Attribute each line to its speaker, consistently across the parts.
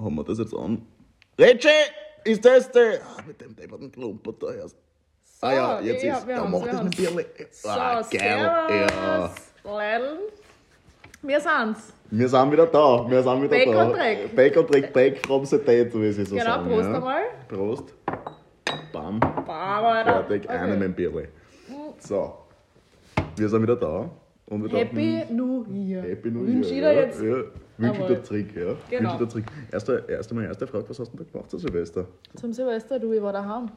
Speaker 1: haben wir das jetzt an. Retsche, ist das der? Ah, mit dem depperten Klumper da erst. Ah ja, jetzt
Speaker 2: ja,
Speaker 1: ist.
Speaker 2: wir
Speaker 1: Ja,
Speaker 2: haben's,
Speaker 1: mach
Speaker 2: wir
Speaker 1: das mit Bierli.
Speaker 2: So,
Speaker 1: Ah, geil.
Speaker 2: servus,
Speaker 1: Ja.
Speaker 2: Leidl. Wir sind's.
Speaker 1: Wir sind wieder da. Wir sind wieder
Speaker 2: Back
Speaker 1: da.
Speaker 2: und Dreck.
Speaker 1: Back und Dreck, back from the dead, wie sie so
Speaker 2: Genau,
Speaker 1: sagen.
Speaker 2: Prost
Speaker 1: ja.
Speaker 2: einmal.
Speaker 1: Prost. Bam,
Speaker 2: Bam, Alter.
Speaker 1: fertig,
Speaker 2: Okay. Hm.
Speaker 1: einen mit dem Bierli. So, wir sind wieder da. Und wir dachten,
Speaker 2: Happy New Year.
Speaker 1: Hm. Happy New Year.
Speaker 2: Wünsche ich dir
Speaker 1: ja,
Speaker 2: jetzt.
Speaker 1: Ja. Wünsche
Speaker 2: Jawohl.
Speaker 1: der Trick, ja.
Speaker 2: Genau.
Speaker 1: Wünsche der Trick. Erste, erste, meine erste Frage, was hast du denn da gemacht zu Silvester?
Speaker 2: Zum Silvester, du, ich war daheim.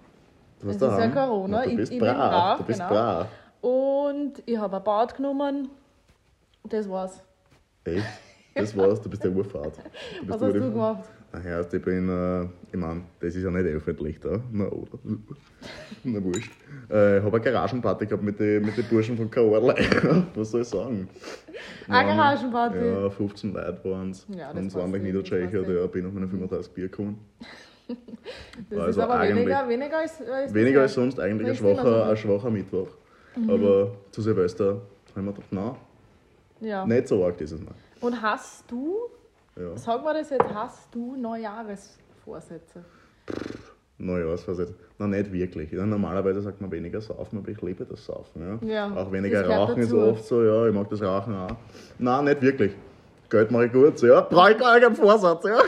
Speaker 1: Du warst
Speaker 2: Es ist
Speaker 1: daheim.
Speaker 2: ja Corona,
Speaker 1: Na, Du
Speaker 2: ich-
Speaker 1: bist
Speaker 2: ich bin
Speaker 1: brav.
Speaker 2: brav,
Speaker 1: du bist
Speaker 2: genau.
Speaker 1: brav.
Speaker 2: Und ich habe ein Bad genommen. Das war's.
Speaker 1: Echt? Das war's, du bist der Urfahrt. bist
Speaker 2: Was
Speaker 1: der
Speaker 2: hast du
Speaker 1: Urfahrt.
Speaker 2: gemacht?
Speaker 1: Das heißt, ich bin, äh, ich meine, das ist ja nicht öffentlich da. Na, oder? Na, wurscht. Äh, ich habe eine Garagenparty gehabt mit den mit den Burschen von Kaorla. E. Was soll ich sagen?
Speaker 2: Eine Garagenparty.
Speaker 1: Ja, 15 Leute waren es.
Speaker 2: Ja, das
Speaker 1: und 20
Speaker 2: passt eh,
Speaker 1: Niedertschecher,
Speaker 2: das passt eh.
Speaker 1: ja, bin auf meine 35 Bier gekommen.
Speaker 2: Das
Speaker 1: Also
Speaker 2: ist aber
Speaker 1: eigentlich-
Speaker 2: weniger, weniger als, als
Speaker 1: Weniger als
Speaker 2: bisher.
Speaker 1: sonst, eigentlich ein
Speaker 2: Richtig, also
Speaker 1: schwacher,
Speaker 2: gut.
Speaker 1: ein schwacher Mittwoch.
Speaker 2: Mhm.
Speaker 1: Aber zu Silvester haben wir gedacht, na,
Speaker 2: Ja.
Speaker 1: nicht so arg dieses Mal.
Speaker 2: Und hast du,
Speaker 1: Ja.
Speaker 2: sag mal das jetzt, hast du Neujahresvorsätze?
Speaker 1: Neujahrsversetzt. Na, nicht wirklich. Ja, normalerweise sagt man weniger saufen, aber ich liebe das Saufen. Ja?
Speaker 2: Ja,
Speaker 1: auch
Speaker 2: das
Speaker 1: weniger
Speaker 2: gehört
Speaker 1: Rauchen ist
Speaker 2: dazu.
Speaker 1: oft so, ja, ich mag das Rauchen auch. Nein, nicht wirklich. Geld mache ich gut, so, ja. Brauche ich gar keinen Vorsatz, ja.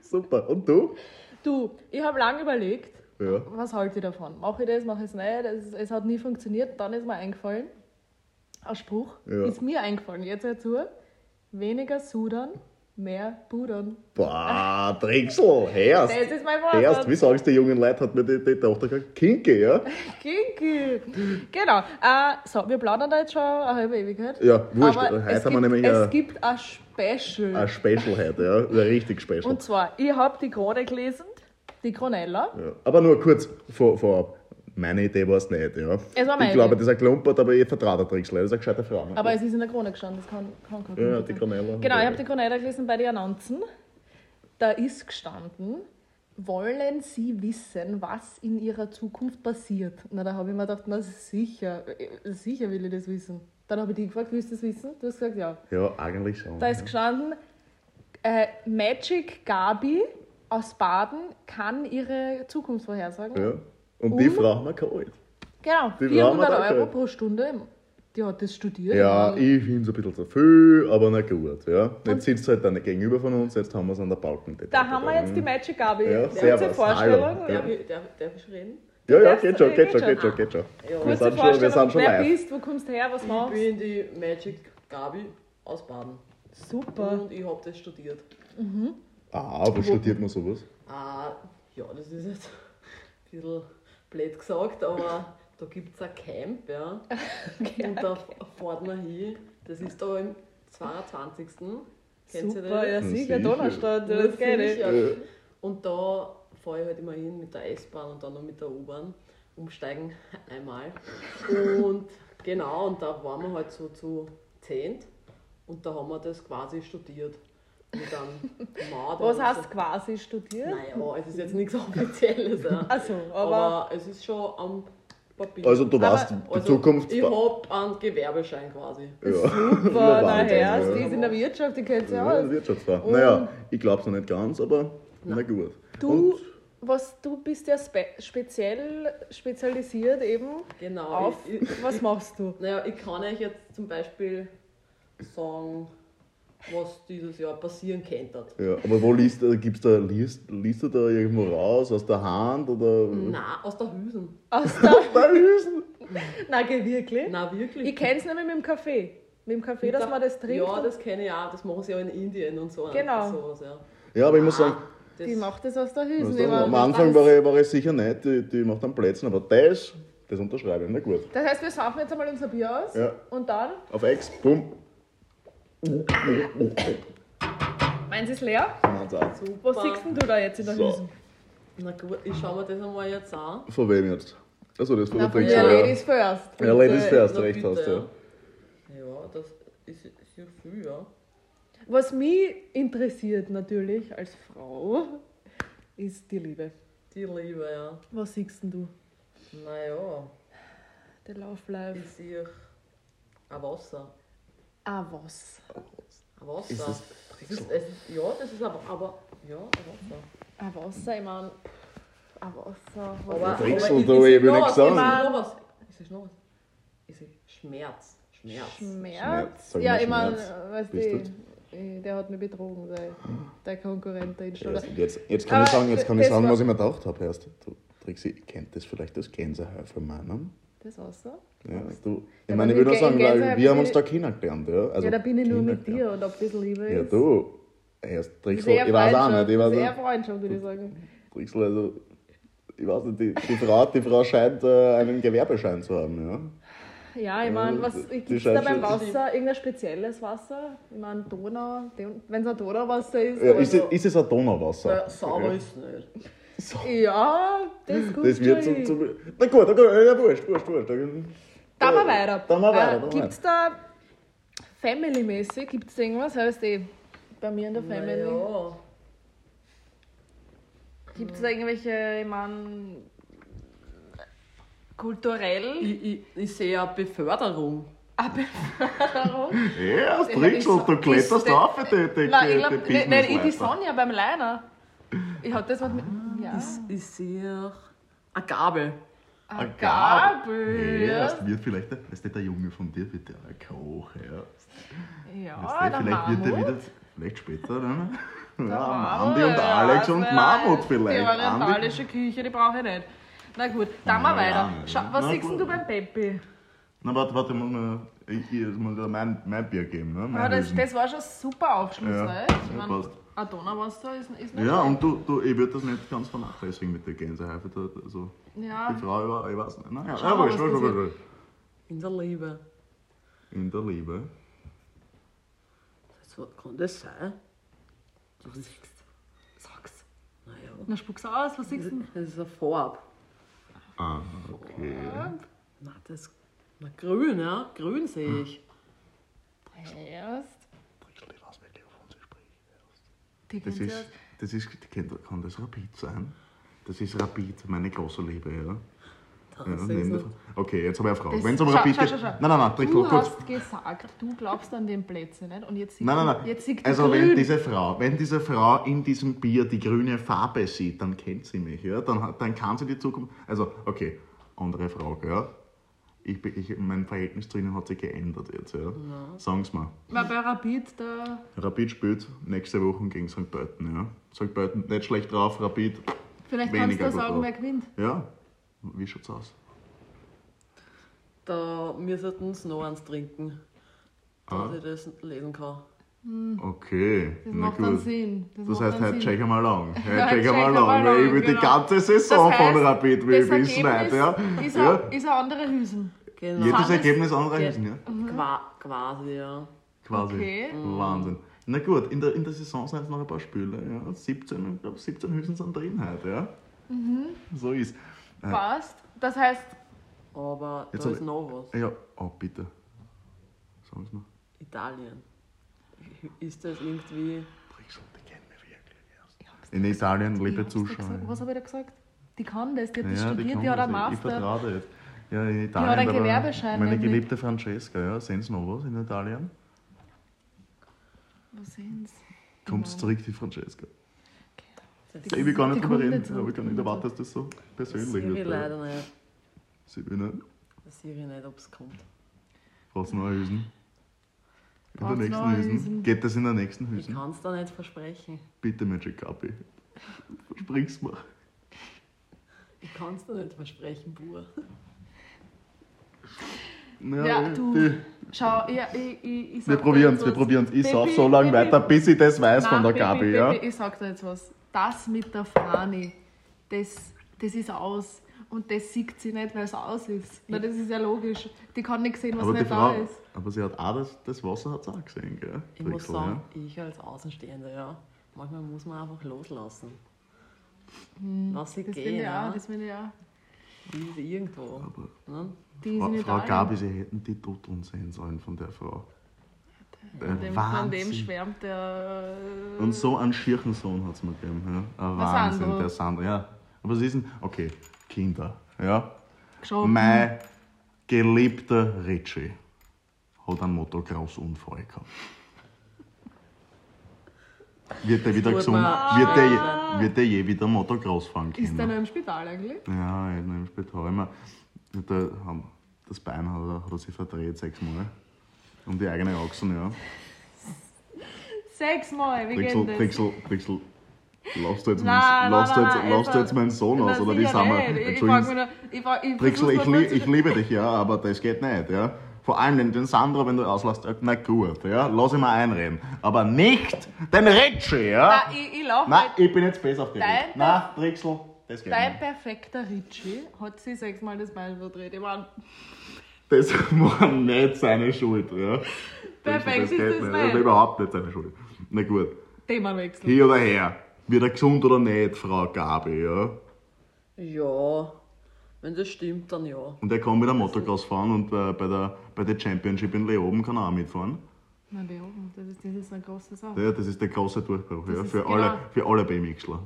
Speaker 1: Super. Und du?
Speaker 2: Du, ich habe lange überlegt,
Speaker 1: Ja.
Speaker 2: was halte ich davon? Mache ich das, mache ich es nicht? Es, es hat nie funktioniert. Dann ist mir eingefallen, ein Spruch
Speaker 1: Ja.
Speaker 2: ist mir eingefallen, jetzt dazu, weniger sudern, mehr budern.
Speaker 1: Boah, Tricksel, herst.
Speaker 2: Das ist mein
Speaker 1: Herst, wie
Speaker 2: Vorsatz.
Speaker 1: sagst du, die jungen Leute, hat mir die, die Tochter gesagt, Kinke, ja?
Speaker 2: Kinky. Genau. Äh, so, wir plaudern da jetzt schon eine halbe Ewigkeit.
Speaker 1: Ja, wurscht.
Speaker 2: Aber
Speaker 1: Heute
Speaker 2: es
Speaker 1: haben wir
Speaker 2: gibt,
Speaker 1: nämlich
Speaker 2: Es
Speaker 1: ein-
Speaker 2: gibt ein Special.
Speaker 1: Ein Special heute, ja. Ein richtig Special.
Speaker 2: Und zwar, ich habe die Krone gelesen, die Kronella.
Speaker 1: Ja. Aber nur kurz vor, vorab. Meine Idee war es nicht, ja.
Speaker 2: Es war meine
Speaker 1: ich glaube,
Speaker 2: Idee.
Speaker 1: das ist ein Klumpert, aber ich vertraue der Tricksler. Das ist eine gescheite Frau.
Speaker 2: Aber es ist in der Krone gestanden, das kann, kann kein
Speaker 1: ja,
Speaker 2: Grund
Speaker 1: die
Speaker 2: sein.
Speaker 1: Cornella.
Speaker 2: Genau, ich habe die Cornelia gelesen bei den Annonzen. Da ist gestanden, wollen Sie wissen, was in Ihrer Zukunft passiert? Na, da habe ich mir gedacht, na sicher, äh, sicher will ich das wissen. Dann habe ich dich gefragt, willst du das wissen? Du hast gesagt, ja.
Speaker 1: Ja, eigentlich schon.
Speaker 2: Da ist gestanden, äh, Magic Gabi aus Baden kann ihre Zukunft vorhersagen.
Speaker 1: ja. Und die
Speaker 2: Um?
Speaker 1: Frau haben wir geholt.
Speaker 2: Genau,
Speaker 1: Die
Speaker 2: 400
Speaker 1: brauchen wir da
Speaker 2: Euro
Speaker 1: gleich.
Speaker 2: pro Stunde. Die hat das studiert.
Speaker 1: Ja,
Speaker 2: Mann.
Speaker 1: ich finde es ein bisschen zu viel, aber na gut. Ja. Jetzt sitzt halt dann gegenüber von uns, jetzt haben wir es an der Balken.
Speaker 2: Da haben wir jetzt die Magic Gabi.
Speaker 1: Ja,
Speaker 2: der hat seine
Speaker 1: servus,
Speaker 2: Vorstellung.
Speaker 1: hallo.
Speaker 2: Ja.
Speaker 1: Ja.
Speaker 2: Darf, darf, darf ich reden?
Speaker 1: Ja, ja,
Speaker 2: Darfst du-
Speaker 1: geht schon, geht schon,
Speaker 2: geht
Speaker 1: geht schon, geht schon. Wir
Speaker 2: Kurze
Speaker 1: sind schon, wir
Speaker 2: Vorstellung,
Speaker 1: sind schon
Speaker 2: wer
Speaker 1: live.
Speaker 2: bist, wo kommst du her, was
Speaker 3: Ich
Speaker 2: machst
Speaker 3: bin die Magic Gabi aus Baden
Speaker 2: Super.
Speaker 3: und ich habe das studiert.
Speaker 1: Ah, wo studiert man sowas?
Speaker 3: Ah, ja, das ist jetzt ein bisschen blöd gesagt, aber da gibt es ein Camp, ja. Und da fährt man hin. Das ist da im 22. Kennt ihr
Speaker 2: Super, ja
Speaker 3: das?
Speaker 2: sicher,
Speaker 1: Sicher.
Speaker 2: Donnerstadt, ja, das geht nicht.
Speaker 3: Ja.
Speaker 1: Äh.
Speaker 3: Und da fahre ich halt immer hin mit der S-Bahn und dann noch mit der U-Bahn umsteigen einmal. Und genau, und da waren wir halt so zu zehnt und da haben wir das quasi studiert. Mit einem Mauer.
Speaker 2: Was hast du quasi studiert?
Speaker 3: Naja, es ist jetzt nichts Offizielles. Ja.
Speaker 2: Ach so,
Speaker 3: aber,
Speaker 2: aber
Speaker 3: es ist schon am Papier.
Speaker 1: Also, du
Speaker 2: Aber-
Speaker 1: warst die
Speaker 3: Also,
Speaker 1: Zukunft.
Speaker 3: Ich hab einen Gewerbeschein quasi.
Speaker 1: ja. Wahnsinn,
Speaker 2: super, daher,
Speaker 1: ja.
Speaker 2: die ist in der Wirtschaft, die kennt sich
Speaker 1: Ja,
Speaker 2: aus.
Speaker 1: eine Wirtschaftsfrau.
Speaker 2: Und-
Speaker 1: naja, ich glaube es noch nicht ganz, aber na gut.
Speaker 2: Du,
Speaker 1: Und
Speaker 2: was, du bist ja spe speziell spezialisiert eben
Speaker 3: Genau.
Speaker 2: auf,
Speaker 3: ich- ich-
Speaker 2: was machst du?
Speaker 3: Naja, ich kann euch jetzt zum Beispiel sagen, was dieses Jahr passieren könnte.
Speaker 1: ja, aber wo liest, äh, gibt's da, liest, liest du da irgendwo raus, aus der Hand oder
Speaker 3: Na, aus der Hüsen.
Speaker 2: Aus der,
Speaker 1: bei Hüsen?
Speaker 2: na, geh wirklich?
Speaker 3: Na wirklich.
Speaker 2: Ich kenn's nämlich mit dem Kaffee. Mit dem Kaffee, dass man das trinkt.
Speaker 3: Ja,
Speaker 2: und-
Speaker 3: das kenne ich auch. Das machen sie ja in Indien und so.
Speaker 2: Genau.
Speaker 3: Sowas, ja.
Speaker 1: Ja, aber ich muss sagen,
Speaker 3: Ah, das,
Speaker 2: die macht das aus der Hüsen.
Speaker 1: weißt
Speaker 2: die
Speaker 1: du,
Speaker 2: war-
Speaker 1: Also, am Anfang
Speaker 2: das-
Speaker 1: war ich, war ich sicher nicht, die, die macht dann Plätzen, aber das, das unterschreibe ich, na gut.
Speaker 2: Das heißt, wir saufen jetzt einmal unser Bier aus
Speaker 1: Ja.
Speaker 2: und dann,
Speaker 1: Auf Ex, bumm,
Speaker 2: meins ist leer.
Speaker 1: machen sie eins.
Speaker 2: Was
Speaker 3: Bah.
Speaker 2: siehst denn du da jetzt in der
Speaker 1: So.
Speaker 2: Hüsen?
Speaker 3: Na gut, ich schaue mir das einmal jetzt an.
Speaker 1: Von wem jetzt? Achso, das von
Speaker 2: Na,
Speaker 1: der
Speaker 2: von
Speaker 1: Trickser,
Speaker 2: der
Speaker 3: Trickser,
Speaker 1: ja.
Speaker 2: Ladies äh, first.
Speaker 1: Ja, Ladies
Speaker 3: Bitte,
Speaker 1: first,
Speaker 3: na
Speaker 1: recht
Speaker 3: bitte,
Speaker 1: hast du. ja.
Speaker 3: Ja, das ist sehr viel, ja.
Speaker 2: Was mich interessiert natürlich als Frau, ist die Liebe.
Speaker 3: Die Liebe, ja.
Speaker 2: Was siehst denn du?
Speaker 3: Naja,
Speaker 2: The Love Life.
Speaker 3: ich sehe ein Wasser.
Speaker 2: Ah, was?
Speaker 3: Ein Wasser.
Speaker 1: Ist das
Speaker 3: das ist, es, ja, das ist aber, aber ja, ein Wasser.
Speaker 2: Ein Wasser, ich meine. Ein Wasser.
Speaker 1: ein Tricksel,
Speaker 3: Aber, aber
Speaker 1: da,
Speaker 3: ist-
Speaker 1: ich
Speaker 3: ist
Speaker 1: will
Speaker 3: noch
Speaker 1: nicht
Speaker 3: was,
Speaker 1: sagen.
Speaker 3: Ist noch was? Ist es noch was? Ist es Schmerz. Schmerz.
Speaker 1: Schmerz,
Speaker 2: Schmerz?
Speaker 1: sag
Speaker 2: ja,
Speaker 1: mal
Speaker 2: ich meine,
Speaker 1: Schmerz.
Speaker 2: weißt
Speaker 1: Bist
Speaker 2: du, äh, der hat mich betrogen, der, der Konkurrent da in
Speaker 1: Ja,
Speaker 2: Stuttgart.
Speaker 1: Jetzt, jetzt kann ich
Speaker 2: Aber
Speaker 1: sagen, jetzt kann
Speaker 2: das
Speaker 1: ich sagen
Speaker 2: war-
Speaker 1: was ich mir gedacht habe. Erst, du, Trixi, ihr kennt das vielleicht aus Gänsehaar von meinem?
Speaker 2: Das Wasser?
Speaker 1: Ja, du, ich
Speaker 2: Ja,
Speaker 1: meine, ich würde
Speaker 2: aber
Speaker 1: nur
Speaker 2: wir
Speaker 1: sagen,
Speaker 2: gehen
Speaker 1: weil
Speaker 2: Gänsehaar
Speaker 1: wir haben
Speaker 2: bin
Speaker 1: uns
Speaker 2: ich-
Speaker 1: da kennengelernt. Ja, also
Speaker 2: ja, da bin ich nur mit
Speaker 1: kennengelernt.
Speaker 2: dir und ob das Liebe
Speaker 1: Ja,
Speaker 2: ist.
Speaker 1: du, erst Trixel,
Speaker 2: Sehr
Speaker 1: ich weiß auch
Speaker 2: Freundschaft,
Speaker 1: nicht, ich weiß
Speaker 2: Sehr
Speaker 1: auch,
Speaker 2: Freundschaft, würde ich sagen.
Speaker 1: Trixel, also, ich weiß nicht, die, die, Frau, die Frau scheint äh, einen Gewerbeschein zu haben, ja.
Speaker 2: Ja, ich
Speaker 1: Ja,
Speaker 2: meine, was
Speaker 1: die- die
Speaker 2: gibt es da
Speaker 1: scheint
Speaker 2: beim
Speaker 1: schon-
Speaker 2: Wasser? Irgendein spezielles Wasser? Ich meine, Donau, wenn es ein Donauwasser ist.
Speaker 1: ja ist,
Speaker 3: Also-
Speaker 1: es, ist es ein Donauwasser?
Speaker 3: Weil sauber
Speaker 1: Ja.
Speaker 3: ist es nicht.
Speaker 2: Ja, das gut.
Speaker 1: Das wird
Speaker 2: schon
Speaker 1: zum,
Speaker 2: hin.
Speaker 1: zum Na gut, na gut, ja, wurscht, wurscht, wurscht.
Speaker 2: Da mal weiter. Ah,
Speaker 1: Da mal weiter, da mal
Speaker 2: Gibt es da Family-mäßig, gibt es irgendwas? Heißt eh, bei mir in der Family.
Speaker 3: Ja.
Speaker 2: Gibt es da irgendwelche, ich meine, kulturell?
Speaker 3: Ich, ich, ich sehe eine Beförderung.
Speaker 2: Warum?
Speaker 1: Ja, das
Speaker 2: Ja, ich
Speaker 1: Trixel,
Speaker 2: so-
Speaker 1: du
Speaker 2: ist
Speaker 1: kletterst
Speaker 2: der-
Speaker 1: auf die, die, die,
Speaker 2: Nein, ich
Speaker 1: die
Speaker 2: glaube,
Speaker 1: Business
Speaker 2: nein, nein, ich die
Speaker 1: weiter.
Speaker 2: Sonja beim Liner. Ich hab das was mit. Ja.
Speaker 3: Ich sehe eine Gabel.
Speaker 2: Eine
Speaker 1: Eine
Speaker 2: Gabel.
Speaker 1: Ja,
Speaker 2: Ja,
Speaker 1: das wird vielleicht, weißt du, der Junge von dir wird ja ein Koch, ja.
Speaker 2: ja
Speaker 1: Weißt du,
Speaker 2: Ah, der
Speaker 1: vielleicht wird er
Speaker 2: Mammut.
Speaker 1: wieder, vielleicht später, ne? Ja,
Speaker 2: Der
Speaker 1: Andi
Speaker 2: Mammut,
Speaker 1: und
Speaker 2: ja,
Speaker 1: Alex und
Speaker 2: weiß
Speaker 1: Mammut
Speaker 2: nicht.
Speaker 1: vielleicht.
Speaker 2: Die
Speaker 1: Andi,
Speaker 2: orientalische Küche, die brauche ich nicht. Na gut, dann mal
Speaker 1: Ja,
Speaker 2: weiter.
Speaker 1: ja,
Speaker 2: Schau,
Speaker 1: ja.
Speaker 2: was
Speaker 1: Na
Speaker 2: siehst
Speaker 1: gut.
Speaker 2: du beim Peppi?
Speaker 1: na warte, warte, ich muss mir, ich, ich muss mir mein, mein Bier geben, ne? Mein
Speaker 2: Ah, das,
Speaker 1: Hülsen.
Speaker 2: das war schon super aufschlussreich.
Speaker 1: Ja,
Speaker 2: Ich
Speaker 1: ja,
Speaker 2: mein,
Speaker 1: passt.
Speaker 2: ein Donauwasser ist, ist nicht
Speaker 1: ja, und
Speaker 2: schlecht.
Speaker 1: du, du ich würde das nicht ganz vernachlässigen mit der Gänsehaife. da- Also,
Speaker 2: Ja.
Speaker 1: Die Frau, ich weiß- ich weiß nicht. Naja,
Speaker 2: Ah. Schau
Speaker 1: ja,
Speaker 2: mal,
Speaker 1: wurscht,
Speaker 2: was
Speaker 1: wurscht, wurscht,
Speaker 2: passiert.
Speaker 1: wurscht.
Speaker 3: In der Liebe.
Speaker 1: In der Liebe.
Speaker 3: So, kann das sein? Du siehst. Sag's. Naja.
Speaker 2: Na, spuck's aus, was siehst du?
Speaker 3: Das ist eine Farbe.
Speaker 1: Ah, okay.
Speaker 3: Na, das. Na, grün, ja? Grün sehe ich.
Speaker 2: Erst.
Speaker 1: Trixel, ich weiß nicht, wovon sie spricht.
Speaker 2: Die
Speaker 1: Das
Speaker 2: kennt's
Speaker 1: ist, das ist, die Kinder, kann das Rapid sein? Das ist Rapid, meine große Liebe, ja.
Speaker 3: Das
Speaker 1: ja
Speaker 3: ist
Speaker 1: neben der
Speaker 3: so.
Speaker 1: Frau. okay, jetzt habe ich eine Frage.
Speaker 2: Das-
Speaker 1: Wenn es um
Speaker 2: schau,
Speaker 1: Rapid
Speaker 2: schau,
Speaker 1: geht.
Speaker 2: schau, schau.
Speaker 1: Nein, nein, nein, Trixel,
Speaker 2: Du
Speaker 1: kurz.
Speaker 2: hast gesagt, du glaubst an den Plätzchen nicht und jetzt sieht
Speaker 1: Nein, nein, nein.
Speaker 2: Jetzt sieht
Speaker 1: also
Speaker 2: grün.
Speaker 1: wenn diese Frau, wenn diese Frau in diesem Bier die grüne Farbe sieht, dann kennt sie mich, ja? Dann, hat- dann kann sie die Zukunft. Also, okay, andere Frage, ja? Ich, bin- ich, mein Verhältnis zu ihnen hat sich geändert jetzt, ja? Sagen Sie mal.
Speaker 2: Weil bei Rapid, da
Speaker 1: Rapid spielt nächste Woche gegen St. Pölten, ja? St. Pölten nicht schlecht drauf, Rapid.
Speaker 2: vielleicht kannst
Speaker 1: Weniger
Speaker 2: du
Speaker 1: gut
Speaker 2: sagen,
Speaker 1: drauf.
Speaker 2: wer gewinnt.
Speaker 1: Ja? Wie schaut's aus?
Speaker 3: Da, wir sollten uns noch eins trinken, dass
Speaker 1: Ah.
Speaker 3: ich das lesen kann.
Speaker 1: Okay,
Speaker 2: Hm. Das
Speaker 1: na
Speaker 2: macht dann
Speaker 1: gut.
Speaker 2: Sinn.
Speaker 1: Das
Speaker 2: macht
Speaker 1: heißt,
Speaker 2: dann
Speaker 1: heute
Speaker 2: Sinn.
Speaker 1: check einmal lang. Heute
Speaker 2: Heute
Speaker 1: check einmal
Speaker 2: check einmal
Speaker 1: lang, weil ich
Speaker 2: lang,
Speaker 1: will die
Speaker 2: genau.
Speaker 1: ganze Saison von Rapid will ich
Speaker 2: das
Speaker 1: wissen,
Speaker 2: Ergebnis
Speaker 1: heute, ja?
Speaker 2: Ist,
Speaker 1: ja?
Speaker 2: ein, ist ein andere Hüsen.
Speaker 3: Genau.
Speaker 1: Jedes
Speaker 2: Fand es-
Speaker 1: Ergebnis anderer Hälsen, ja?
Speaker 3: Qua quasi, ja.
Speaker 1: Quasi.
Speaker 2: Okay.
Speaker 1: Wahnsinn. Na gut, in der, in der Saison sind es noch ein paar Spiele. Ja? 17, ich glaube 17 Hülsen sind drin heute, ja?
Speaker 2: Mhm.
Speaker 1: So ist.
Speaker 2: Passt. Das heißt,
Speaker 3: Aber
Speaker 1: Jetzt
Speaker 3: da
Speaker 1: hab
Speaker 3: ist
Speaker 1: ich-
Speaker 3: noch was.
Speaker 1: Ja, oh bitte. Sagen Sie mal.
Speaker 3: Italien. Ist das irgendwie.
Speaker 1: Brixel, die kennen mich wirklich erst. In Italien, liebe
Speaker 2: ich hab's dir gesagt.
Speaker 1: Zuschauer.
Speaker 2: was habe ich da gesagt? Die kann das, die hat das
Speaker 1: Ja,
Speaker 2: studiert, die,
Speaker 1: kann
Speaker 2: hat einen
Speaker 1: das. Ich
Speaker 2: Master.
Speaker 1: vertraue dir jetzt. Ja, in Italien.
Speaker 2: einen
Speaker 1: da war
Speaker 2: Gewerbeschein
Speaker 1: Meine
Speaker 2: nämlich.
Speaker 1: geliebte Francesca, ja. Sehen Sie noch was in Italien?
Speaker 2: Was sehen Sie?
Speaker 1: Kommt zurück, die Francesca.
Speaker 3: Das
Speaker 1: Ich will gar nicht
Speaker 2: Die
Speaker 1: drüber
Speaker 2: kommt
Speaker 1: reden.
Speaker 2: nicht zurück.
Speaker 1: Ich will gar nicht erwarten, dass das so persönlich
Speaker 3: sehe ich
Speaker 1: wird. ja.
Speaker 3: leider nicht.
Speaker 1: Sie will nicht.
Speaker 3: Das sehe ich nicht, ob es kommt.
Speaker 1: Brauchst du noch eine Hüsen? In der
Speaker 2: Brauchst noch
Speaker 1: nächsten
Speaker 2: eine
Speaker 1: Hüsen.
Speaker 2: Hülsen?
Speaker 1: Geht das in der nächsten
Speaker 3: Ich
Speaker 1: Hüsen?
Speaker 3: kann es da nicht versprechen.
Speaker 1: Bitte, Magic Copy. Versprich's mir.
Speaker 3: Ich kann es da nicht versprechen, Bur.
Speaker 1: Na,
Speaker 2: Ja,
Speaker 1: ich-
Speaker 2: du.
Speaker 1: die-
Speaker 2: Schau, ja, ich, ich, ich
Speaker 1: Wir
Speaker 2: sag dir
Speaker 1: probieren's,
Speaker 2: jetzt
Speaker 1: wir
Speaker 2: was.
Speaker 1: probieren's. Ich
Speaker 2: Baby,
Speaker 1: sauf so lange
Speaker 2: Baby,
Speaker 1: weiter, bis ich das weiß von der
Speaker 2: Nein,
Speaker 1: Gabi,
Speaker 2: Baby,
Speaker 1: ja?
Speaker 2: Baby, ich sag dir jetzt was. Das mit der Frani, das, das ist aus. Und das sieht sie nicht, weil es aus ist. Na, das ist ja logisch. Die kann nicht sehen, was
Speaker 1: Aber die
Speaker 2: nicht da
Speaker 1: Frau,
Speaker 2: ist.
Speaker 1: aber sie hat auch das, das Wasser hat's auch gesehen, gell?
Speaker 3: Ich muss
Speaker 1: Trixel,
Speaker 3: sagen,
Speaker 1: ja?
Speaker 3: ich als Außenstehender, ja. Manchmal muss man einfach loslassen. Lass sie
Speaker 2: Hm, Das
Speaker 3: gehen,
Speaker 2: finde ich auch.
Speaker 3: ja.
Speaker 2: Das finde ich auch.
Speaker 3: Die ist irgendwo.
Speaker 1: Aber
Speaker 3: Ne?
Speaker 2: Die ist
Speaker 1: Frau,
Speaker 2: in
Speaker 1: Frau
Speaker 2: Italien.
Speaker 1: Gabi, sie hätten die Toteln sehen sollen von der Frau. Der
Speaker 2: Von dem, von dem
Speaker 1: Äh, Wahnsinn.
Speaker 2: schwärmt der. äh,
Speaker 1: Und so einen Schirchensohn hat's mir gegeben, ja? Ein
Speaker 2: Der
Speaker 1: Wahnsinn,
Speaker 2: Sandro.
Speaker 1: der Sandro, ja. Aber sie sind, okay, Kinder, ja?
Speaker 2: geschoben.
Speaker 1: Mein geliebter Richie hat einen Motocross-Unfall gehabt. Wird der wieder
Speaker 3: Wurde
Speaker 1: gesund?
Speaker 3: man-
Speaker 1: Wird der, wird der je wieder Motocross fahren können?
Speaker 2: Ist der noch im Spital eigentlich?
Speaker 1: Ja, in einem Spital immer. Da haben- Das Bein hat er, hat er sich verdreht sechsmal. Um die eigene Achsen, ja.
Speaker 2: Sechsmal, wie
Speaker 1: Trixel,
Speaker 2: geht das?
Speaker 1: Trixel, Trixel. Laufst du jetzt,
Speaker 2: Nein,
Speaker 1: meinen- laufst du
Speaker 2: nein,
Speaker 1: jetzt,
Speaker 2: nein,
Speaker 1: laufst du
Speaker 2: also-
Speaker 1: jetzt meinen Sohn aus?
Speaker 2: Na,
Speaker 1: Oder wie
Speaker 2: sicher
Speaker 1: sind
Speaker 2: nicht.
Speaker 1: wir?
Speaker 2: Ich frag mich
Speaker 1: Entschuldigung.
Speaker 2: nur- ich frag- ich
Speaker 1: Trixel,
Speaker 2: versuch
Speaker 1: ich,
Speaker 2: mal
Speaker 1: lie-
Speaker 2: kurz-
Speaker 1: ich liebe dich, ja, aber das geht nicht, ja. Vor allem den, den Sandro, wenn du auslässt, äh, na gut, ja. Lass ihn mal einreden. Aber nicht den Ritschi, ja.
Speaker 2: Nein, ich, ich lauf
Speaker 1: Nein,
Speaker 2: nicht.
Speaker 1: ich bin jetzt besser auf dich.
Speaker 2: Dein-
Speaker 1: Nein, Trixel, das geht nicht.
Speaker 2: Dein perfekter Ritchie hat sich sechsmal das Bein verdreht. Ich meine,
Speaker 1: Das war nicht seine Schuld, ja.
Speaker 2: Perfekt
Speaker 1: geht
Speaker 2: ist das
Speaker 1: Das
Speaker 2: nicht.
Speaker 1: war überhaupt nicht seine Schuld. Na gut,
Speaker 2: Themawechsel.
Speaker 1: hier oder her. Wird er gesund oder nicht, Frau Gabi, ja.
Speaker 3: Ja, wenn das stimmt, dann ja.
Speaker 1: Und er kann mit der Motocross fahren und äh, bei, der, bei der Championship in Leoben kann er auch mitfahren.
Speaker 2: Nein, die oben, das ist, das ist eine große Sache.
Speaker 1: Ja, das ist der große Durchbruch ja,
Speaker 2: ist
Speaker 1: für,
Speaker 2: genau-
Speaker 1: alle, für alle BMXler.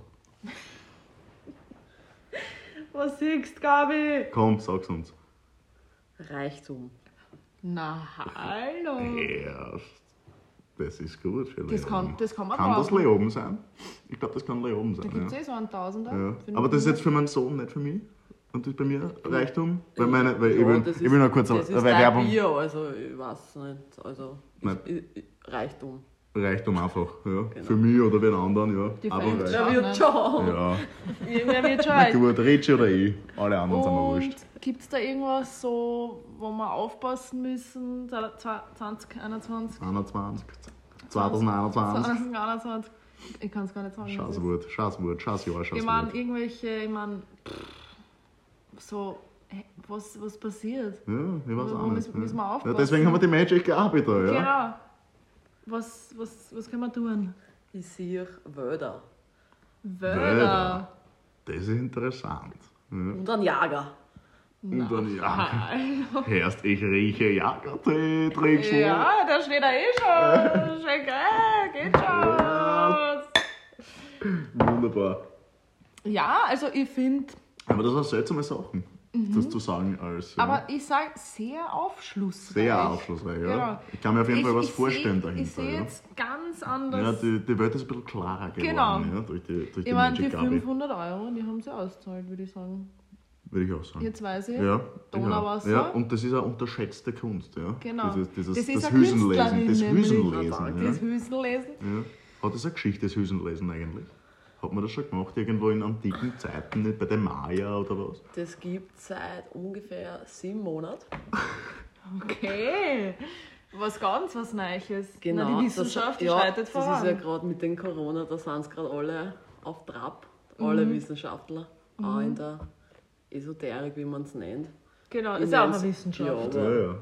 Speaker 2: Was siehst, Gabi?
Speaker 1: Komm, sag's uns.
Speaker 3: Reichtum.
Speaker 2: Na, hallo.
Speaker 1: Ja, das ist gut für Leoben.
Speaker 2: Das kann- das kann man
Speaker 1: Kann das
Speaker 2: brauchen.
Speaker 1: Leoben sein? Ich glaube, das kann Leoben
Speaker 2: Da
Speaker 1: sein,
Speaker 2: gibt es
Speaker 1: ja.
Speaker 2: eh so einen Tausender.
Speaker 1: Ja.
Speaker 2: Für
Speaker 1: Aber das ist
Speaker 2: den-
Speaker 1: jetzt für meinen Sohn, nicht für mich. Und das ist bei mir Reichtum. Weil meine, weil ich,
Speaker 3: Ja,
Speaker 1: will,
Speaker 3: das
Speaker 1: ich will noch kurz
Speaker 3: das
Speaker 1: eine
Speaker 3: ist Werbung.
Speaker 1: Werbung.
Speaker 3: Bier, also ich weiß nicht. Also
Speaker 1: Nein.
Speaker 3: ich, ich, um. Reichtum.
Speaker 1: Reichtum um einfach. Ja. Für mich oder wen anderen,
Speaker 2: Genau. Die
Speaker 1: ja. Aber
Speaker 2: Fans.
Speaker 1: Reichtum.
Speaker 3: Der
Speaker 2: Ja,
Speaker 3: wird
Speaker 2: nein.
Speaker 3: schon.
Speaker 1: Ja.
Speaker 2: Irgendwer wird schon alt.
Speaker 1: Gut, Ritchie oder ich. Alle anderen sind mir wurscht.
Speaker 2: Und gibt es da irgendwas so, wo wir aufpassen müssen? 2021?
Speaker 1: 21. 2021.
Speaker 2: 2021? Ich kann es gar nicht sagen. was es ist.
Speaker 1: Schasswort, Schasswort, Schassjahr,
Speaker 2: Ich meine,
Speaker 1: Schasswort.
Speaker 2: irgendwelche, ich meine, so, hä, was, was passiert?
Speaker 1: Ja, ich weiß
Speaker 2: Wo-
Speaker 1: auch
Speaker 2: wo
Speaker 1: nicht.
Speaker 2: müssen- müssen wir
Speaker 1: ja.
Speaker 2: aufpassen?
Speaker 1: Ja, deswegen haben wir die Magic Gabi da, ja.
Speaker 2: Genau. Was, was, was können wir tun?
Speaker 3: Ich sehe Wörter.
Speaker 2: Wörter.
Speaker 1: Das ist interessant. Ja.
Speaker 3: Und ein Jager.
Speaker 1: Und dann, ja,
Speaker 2: Hallo.
Speaker 1: erst ich rieche Jagertee, Trixel.
Speaker 2: Ja, da steht er eh schon. Schön geil, geht schon.
Speaker 1: Wunderbar.
Speaker 2: Ja, also ich finde,
Speaker 1: Aber das waren seltsame Sachen, das zu sagen als. Ja.
Speaker 2: Mhm. aber ich sage sehr aufschlussreich.
Speaker 1: sehr aufschlussreich, ja.
Speaker 2: Genau.
Speaker 1: Ich kann mir auf jeden Fall
Speaker 2: Ich-
Speaker 1: was
Speaker 2: ich seh-
Speaker 1: vorstellen
Speaker 2: Ich
Speaker 1: dahinter.
Speaker 2: sehe
Speaker 1: ja.
Speaker 2: jetzt ganz
Speaker 1: Ja,
Speaker 2: anders.
Speaker 1: die, die Welt ist ein bisschen klarer geworden
Speaker 2: Genau.
Speaker 1: ja, durch die, durch die
Speaker 2: ich meine, die
Speaker 1: Magic Gabi,
Speaker 2: 500 Euro, die haben sie ausgezahlt, würde ich sagen.
Speaker 1: würde ich auch sagen.
Speaker 2: Jetzt weiß ich.
Speaker 1: ja,
Speaker 2: Donauwasser.
Speaker 1: Ja, um- und das ist eine unterschätzte Kunst. Ja.
Speaker 2: ne? Genau.
Speaker 1: Das ist, dieses,
Speaker 2: Das
Speaker 1: das
Speaker 2: ist eine
Speaker 1: Hüsenlesen. Das
Speaker 2: Künstlerin nämlich.
Speaker 1: Hüsenlesen. Ja.
Speaker 2: Das Hüsenlesen.
Speaker 1: Ja. Hat also das eine Geschichte, das Hüsenlesen eigentlich? Hat man das schon gemacht, irgendwo in antiken Zeiten, nicht bei den Maya oder was?
Speaker 3: Das gibt seit ungefähr sieben Monaten.
Speaker 2: Okay. Was ganz was Neues.
Speaker 3: Genau.
Speaker 2: Na, die Wissenschaft die
Speaker 3: das,
Speaker 2: schreitet
Speaker 3: ja,
Speaker 2: voran.
Speaker 3: Das ist ja gerade mit den Corona, da sind sie gerade alle auf Trab, alle
Speaker 2: Mhm.
Speaker 3: Wissenschaftler, auch in der Esoterik, wie man es nennt.
Speaker 2: genau,
Speaker 3: Ich
Speaker 2: ist ja auch
Speaker 3: nenn's-
Speaker 2: eine Wissenschaft.
Speaker 3: Ja,
Speaker 1: Ja,
Speaker 3: aber
Speaker 1: ja.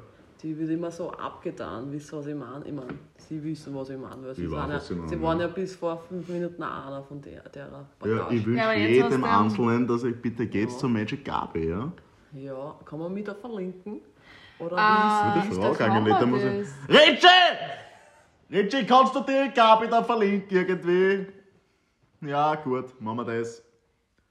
Speaker 3: die wird immer so abgetan, wisst ihr, was ich meine? Ich meine, sie wissen, was ich meine, weil sie,
Speaker 1: Ich weiß,
Speaker 3: waren, ja,
Speaker 1: was
Speaker 3: sie,
Speaker 1: sie meinen,
Speaker 3: waren
Speaker 1: ja.
Speaker 3: ja bis vor fünf Minuten auch einer von der, derer
Speaker 1: Ja, ich
Speaker 3: Bagage.
Speaker 1: wünsche
Speaker 2: Ja, aber jetzt hast
Speaker 1: jedem
Speaker 2: du einen-
Speaker 1: Einzelnen, dass ich bitte geht's zur Magic Gabi, ja?
Speaker 3: ja, kann man mich da verlinken? Oder
Speaker 2: Ah,
Speaker 1: Gute
Speaker 2: ist
Speaker 1: Frage
Speaker 2: das
Speaker 1: eigentlich, da
Speaker 2: Hammer,
Speaker 1: muss
Speaker 2: das.
Speaker 1: ich... Ritchie! Ritchie, kannst du die Gabi da verlinken irgendwie? Ja, gut, machen wir das.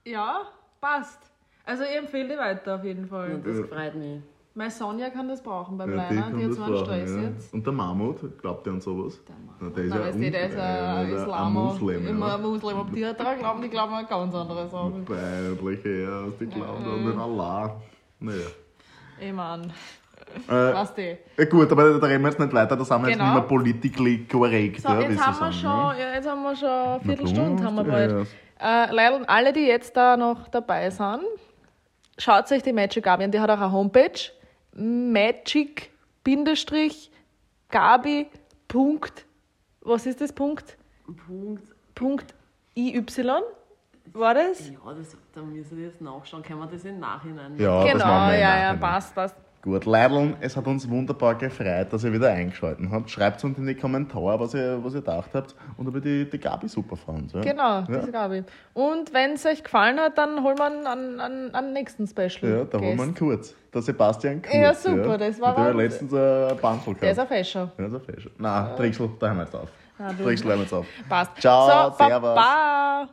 Speaker 2: Ja, passt. Also ich empfehle die weiter auf jeden Fall.
Speaker 3: wissen? Das freut mich.
Speaker 2: Meine Sonja kann das brauchen beim
Speaker 1: Ja,
Speaker 2: Liner, die hat
Speaker 1: das
Speaker 2: so einen
Speaker 1: brauchen,
Speaker 2: Stress
Speaker 1: ja.
Speaker 2: jetzt.
Speaker 1: Und der Mammut, glaubt ihr an sowas?
Speaker 2: Der
Speaker 1: Na,
Speaker 2: Mann.
Speaker 1: der ist
Speaker 2: Nein,
Speaker 1: ja
Speaker 2: weißt du,
Speaker 1: un-
Speaker 2: der ist
Speaker 1: äh,
Speaker 2: ein
Speaker 1: der ist ein
Speaker 2: Islamer.
Speaker 1: Muslim,
Speaker 2: Immer
Speaker 1: ja.
Speaker 2: ein Muslim. Ob die da dran glauben, die glauben an ganz andere Sachen.
Speaker 1: Peinliche, ja, die
Speaker 2: Mhm.
Speaker 1: glauben an den Allah. Naja.
Speaker 2: Ich meine,
Speaker 1: Äh,
Speaker 2: weißt du.
Speaker 1: ja gut, aber da reden wir jetzt nicht weiter, da sind wir jetzt
Speaker 2: Genau.
Speaker 1: nicht mehr politically correct.
Speaker 2: So,
Speaker 1: ja, wie
Speaker 2: jetzt,
Speaker 1: sie
Speaker 2: haben wir
Speaker 1: sagen, ne?
Speaker 2: schon,
Speaker 1: ja.
Speaker 2: ja, jetzt haben wir schon eine Viertelstunde,
Speaker 1: klar,
Speaker 2: haben wir
Speaker 1: ja,
Speaker 2: bald. Äh, Leute, und alle, die jetzt da noch dabei sind, schaut euch die Magic Gabi an. Die hat auch eine Homepage. Magic-Gabi. Punkt- Was ist das Punkt?
Speaker 3: Punkt.
Speaker 2: Punkt IY war das?
Speaker 3: Ja, das, da müssen wir jetzt nachschauen. Können wir das im Nachhinein
Speaker 1: Ja, das
Speaker 2: genau,
Speaker 1: machen wir im
Speaker 2: ja, ja,
Speaker 1: Nachhinein.
Speaker 2: passt, passt.
Speaker 1: Gut, Leideln, es hat uns wunderbar gefreut, dass ihr wieder eingeschaltet habt. Schreibt uns in die Kommentare, was ihr, was ihr gedacht habt und ob ihr die, die Gabi super fand. Ja?
Speaker 2: Genau, das
Speaker 1: Ja.
Speaker 2: glaube ich. Und wenn es euch gefallen hat, dann holen wir einen, einen, einen, einen nächsten Special.
Speaker 1: Ja, da holen wir einen Kurz. Der Sebastian Kurz.
Speaker 2: Ja, super, das war
Speaker 1: Mit Der hat
Speaker 2: Wahnsinn.
Speaker 1: letztens ein Bandel
Speaker 2: Der ist
Speaker 1: gehabt.
Speaker 2: ein Fescher.
Speaker 1: Der ist ein Fashion. Nein, Trixel, da hören wir jetzt auf.
Speaker 2: Na, du-
Speaker 1: Trixel, da hören wir jetzt auf.
Speaker 2: Passt.
Speaker 1: Ciao,
Speaker 2: so,
Speaker 1: servus.
Speaker 2: Baba.